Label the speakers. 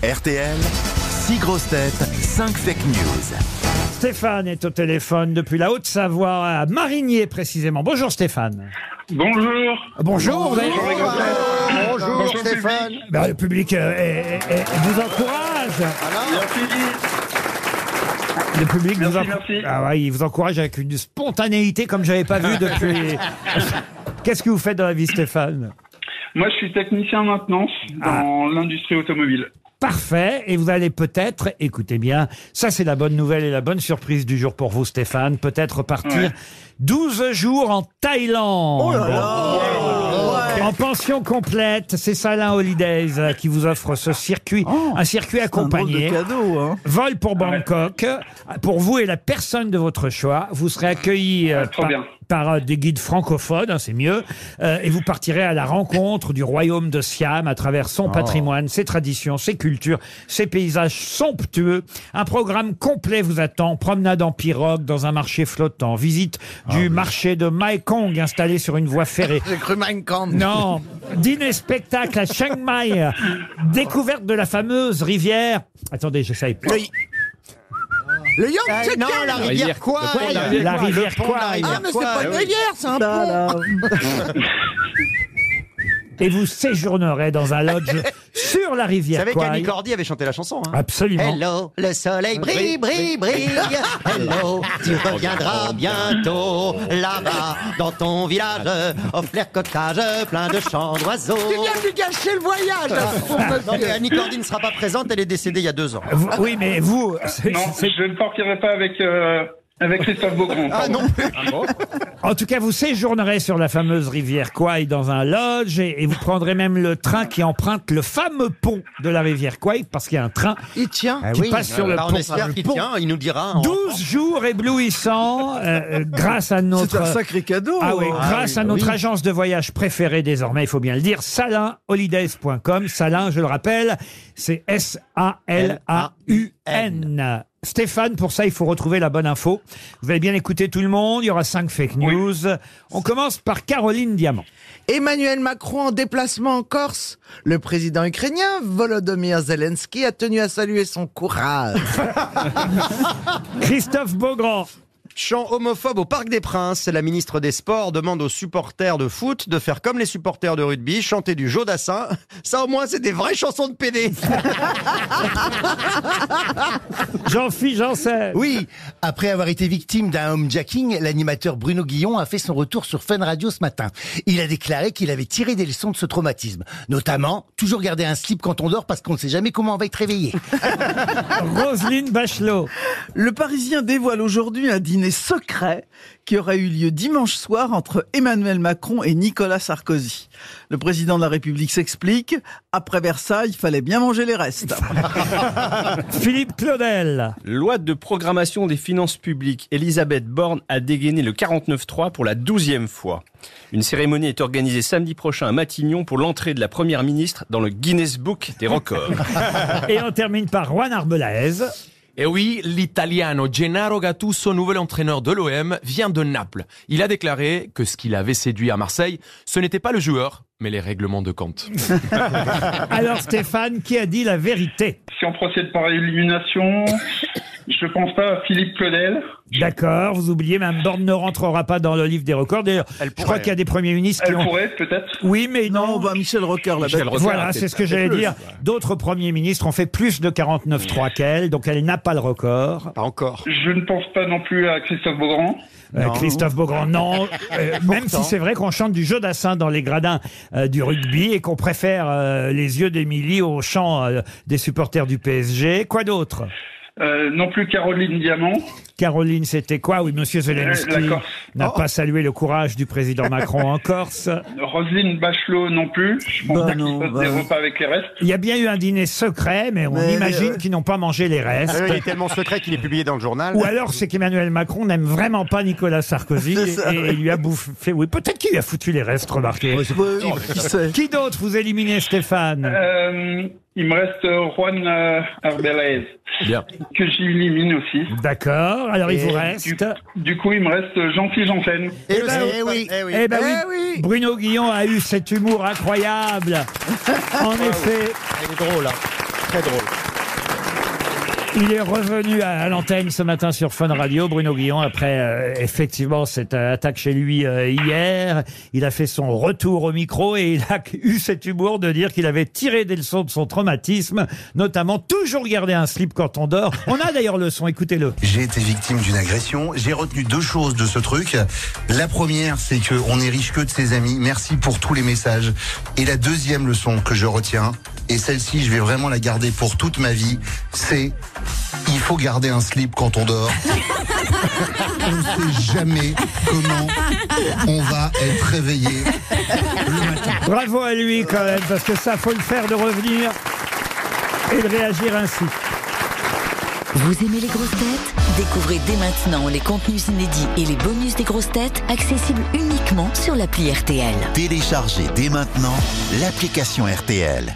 Speaker 1: RTL, 6 grosses têtes, 5 fake news.
Speaker 2: Stéphane est au téléphone depuis la Haute-Savoie, à Marigny précisément. Bonjour Stéphane.
Speaker 3: Bonjour.
Speaker 2: Bonjour. vous avez-
Speaker 4: Bonjour,
Speaker 3: Bonjour,
Speaker 4: Stéphane.
Speaker 2: Ben, le public euh, est- est- est- vous encourage.
Speaker 3: Merci.
Speaker 2: Le public vous,
Speaker 3: Merci,
Speaker 2: encou-
Speaker 3: merci.
Speaker 2: Ah ouais, il vous encourage avec une spontanéité comme j'avais pas vu depuis. Qu'est-ce que vous faites dans la vie Stéphane
Speaker 3: Moi, je suis technicien maintenance dans l'industrie automobile.
Speaker 2: Parfait, et vous allez peut-être, écoutez bien, ça c'est la bonne nouvelle et la bonne surprise du jour pour vous Stéphane, peut-être partir
Speaker 3: Ouais.
Speaker 2: 12 jours en Thaïlande.
Speaker 5: Oh
Speaker 2: En pension complète, c'est Salin Holidays euh, qui vous offre ce circuit, un circuit accompagné.
Speaker 1: cadeau, hein
Speaker 2: Vol pour Bangkok, pour vous et la personne de votre choix. Vous serez accueillis euh,
Speaker 3: trop
Speaker 2: par,
Speaker 3: bien.
Speaker 2: par, euh, des guides francophones, hein, c'est mieux, euh, et vous partirez à la rencontre du royaume de Siam à travers
Speaker 4: Oh.
Speaker 2: son patrimoine, ses traditions, ses cultures, ses paysages somptueux. Un programme complet vous attend. Promenade en pirogue dans un marché flottant, visite du marché de Maekong installé sur une voie ferrée.
Speaker 4: Ah J'ai cru Mein Kampf.
Speaker 2: Non, dîner spectacle à Chiang Mai, découverte de la fameuse rivière. Attendez, j'essaye.
Speaker 5: Le Yang
Speaker 4: Euh, non, la rivière quoi
Speaker 2: La rivière quoi
Speaker 4: Ah, mais c'est pas une rivière, c'est un pont.
Speaker 2: Et vous séjournerez dans un lodge sur la
Speaker 6: C'est
Speaker 2: rivière
Speaker 6: avec
Speaker 2: Kwai.
Speaker 6: Annie Cordy avait chanté la chanson. Hein.
Speaker 2: Absolument.
Speaker 4: Hello, le soleil brille, brille, brille. Hello, tu reviendras bientôt là-bas, dans ton village, au flair cottage, plein de chants d'oiseaux.
Speaker 5: Tu viens de lui gâcher le voyage à ce pauvre
Speaker 4: Non, mais
Speaker 5: monsieur.
Speaker 4: Annie Cordy ne sera pas présente, elle est décédée il y a deux ans.
Speaker 2: Vous- oui, mais vous, c'est-
Speaker 3: Non,
Speaker 2: c'est-
Speaker 3: je ne partirai pas avec, euh, avec Christophe Beaugrand.
Speaker 4: Ah non,
Speaker 2: en tout cas, vous séjournerez sur la fameuse rivière Kwai dans un lodge et, et vous prendrez même le train qui emprunte le fameux pont de la rivière Kwai parce qu'il y a un train.
Speaker 4: il tient.
Speaker 5: Ah
Speaker 2: Qui passe sur le
Speaker 4: Bah,
Speaker 2: pont.
Speaker 4: On espère qu'il
Speaker 2: Le pont.
Speaker 4: tient, il nous dira. en-
Speaker 2: 12 jours éblouissants euh, euh, grâce à notre.
Speaker 5: C'est un sacré cadeau.
Speaker 2: Ah oui,
Speaker 5: hein.
Speaker 2: grâce à notre agence de voyage préférée désormais, il faut bien le dire, salinholidays.com. Salin, je le rappelle, c'est S-A-L-A-U-N. Stéphane, pour ça, il faut retrouver la bonne info. Vous allez bien écouter tout le monde, il y aura cinq fake news. On commence par Caroline Diamant.
Speaker 5: Emmanuel Macron en déplacement en Corse. Le président ukrainien Volodymyr Zelensky a tenu à saluer son courage.
Speaker 2: Christophe Beaugrand,
Speaker 6: Chant homophobe au Parc des Princes, la ministre des Sports demande aux supporters de foot de faire comme les supporters de rugby, chanter du Jodassin. Ça au moins c'est des vraies chansons de PD.
Speaker 2: Jean-Philippe Janssen,
Speaker 7: Oui, après avoir été victime d'un homejacking, l'animateur Bruno Guillon a fait son retour sur Fun Radio ce matin. Il a déclaré qu'il avait tiré des leçons de ce traumatisme, notamment toujours garder un slip quand on dort parce qu'on ne sait jamais comment on va être réveillé.
Speaker 2: Roselyne Bachelot,
Speaker 5: Le Parisien dévoile aujourd'hui un dîner secret qui aura eu lieu dimanche soir entre Emmanuel Macron et Nicolas Sarkozy. Le président de la République s'explique, après Versailles, il fallait bien manger les restes.
Speaker 2: Philippe Claudel,
Speaker 8: Loi de programmation des finances publiques, Elisabeth Borne a dégainé le 49-3 pour la douzième fois. Une cérémonie est organisée samedi prochain à Matignon pour l'entrée de la Première ministre dans le Guinness Book des records.
Speaker 2: et on termine par Juan Arbelaez.
Speaker 9: Et oui, l'italiano Gennaro Gattuso, nouvel entraîneur de l'OM, vient de Naples. Il a déclaré que ce qui l'avait séduit à Marseille, ce n'était pas le joueur, mais les règlements de compte.
Speaker 2: Alors Stéphane, qui a dit la vérité
Speaker 3: Si on procède par élimination, je pense pas à Philippe Claudel.
Speaker 2: D'accord, vous oubliez, Mme Borne ne rentrera pas dans le livre des records. D'ailleurs, je crois
Speaker 6: pourrait.
Speaker 2: qu'il y a des premiers ministres qui
Speaker 3: Elle
Speaker 2: ont...
Speaker 3: pourrait, peut-être.
Speaker 2: Oui, mais non.
Speaker 5: Non, bah Michel Rocard la
Speaker 9: Michel
Speaker 5: bête.
Speaker 9: Rocard
Speaker 2: Voilà,
Speaker 9: a
Speaker 2: c'est
Speaker 9: fait-
Speaker 2: ce que
Speaker 9: a fait
Speaker 2: j'allais
Speaker 9: plus.
Speaker 2: dire. D'autres premiers ministres ont fait plus de 49,3 qu'elle, donc elle n'a pas le record.
Speaker 6: Pas encore.
Speaker 3: Je ne pense pas non plus à Christophe Beaugrand.
Speaker 2: Euh, Christophe Beaugrand, non. Euh, même si c'est vrai qu'on chante du jeu d'assin dans les gradins euh, du rugby et qu'on préfère euh, les yeux d'Émilie au chant euh, des supporters du PSG. Quoi d'autre
Speaker 3: Euh, non plus Caroline Diamant.
Speaker 2: Caroline, c'était quoi Oui, Monsieur
Speaker 3: Euh,
Speaker 2: Zelensky
Speaker 3: la Corse.
Speaker 2: n'a pas salué le courage du président Macron en Corse.
Speaker 3: Roselyne Bachelot non plus. Je pense
Speaker 5: Bah
Speaker 3: pas
Speaker 5: non,
Speaker 3: qu'il fasse
Speaker 5: bah
Speaker 3: des
Speaker 5: non.
Speaker 3: repas avec les restes.
Speaker 2: Il y a bien eu un dîner secret, mais on
Speaker 5: Mais,
Speaker 2: imagine
Speaker 5: euh,
Speaker 2: qu'ils n'ont pas mangé les
Speaker 9: Ah
Speaker 2: restes.
Speaker 6: il est tellement secret qu'il est publié dans le journal.
Speaker 2: Ou alors c'est qu'Emmanuel Macron n'aime vraiment pas Nicolas Sarkozy
Speaker 5: C'est
Speaker 2: et,
Speaker 5: ça,
Speaker 2: et
Speaker 5: oui.
Speaker 2: il lui a bouffé. Oui, peut-être qu'il lui a foutu les restes, remarquez.
Speaker 5: Ouais, qui sait
Speaker 2: Qui d'autre vous éliminez, Stéphane
Speaker 3: Euh, il me reste euh, Juan euh, Arbelaez,
Speaker 9: Bien.
Speaker 3: que j'élimine aussi.
Speaker 2: D'accord. Alors il vous
Speaker 3: Du,
Speaker 2: reste.
Speaker 3: du coup, il me reste Jean-Philippe Janssen.
Speaker 4: Et
Speaker 2: Eh
Speaker 4: le-
Speaker 2: ben,
Speaker 4: eh oui.
Speaker 6: Eh oui.
Speaker 2: Eh ben
Speaker 5: Eh
Speaker 2: oui,
Speaker 5: oui.
Speaker 2: Bruno Guillon a eu cet humour incroyable. En effet,
Speaker 4: Elle est drôle. hein.
Speaker 8: très drôle.
Speaker 2: Il est revenu à à l'antenne ce matin sur Fun Radio, Bruno Guillon, après euh, effectivement cette euh, attaque chez lui euh, hier. Il a fait son retour au micro et il a eu cet humour de dire qu'il avait tiré des leçons de son traumatisme, notamment toujours garder un slip quand on dort. On a d'ailleurs le son, écoutez-le.
Speaker 10: J'ai été victime d'une agression. J'ai retenu deux choses de ce truc. La première, c'est que on est riche que de ses amis. Merci pour tous les messages. Et la deuxième leçon que je retiens, et celle-ci, je vais vraiment la garder pour toute ma vie, c'est il faut garder un slip quand on dort. on ne sait jamais comment on va être réveillé
Speaker 2: Bravo à lui quand même, parce que ça, faut le faire de revenir et de réagir ainsi.
Speaker 11: Vous aimez les grosses têtes Découvrez dès maintenant les contenus inédits et les bonus des grosses têtes accessibles uniquement sur l'appli RTL.
Speaker 1: Téléchargez dès maintenant l'application RTL.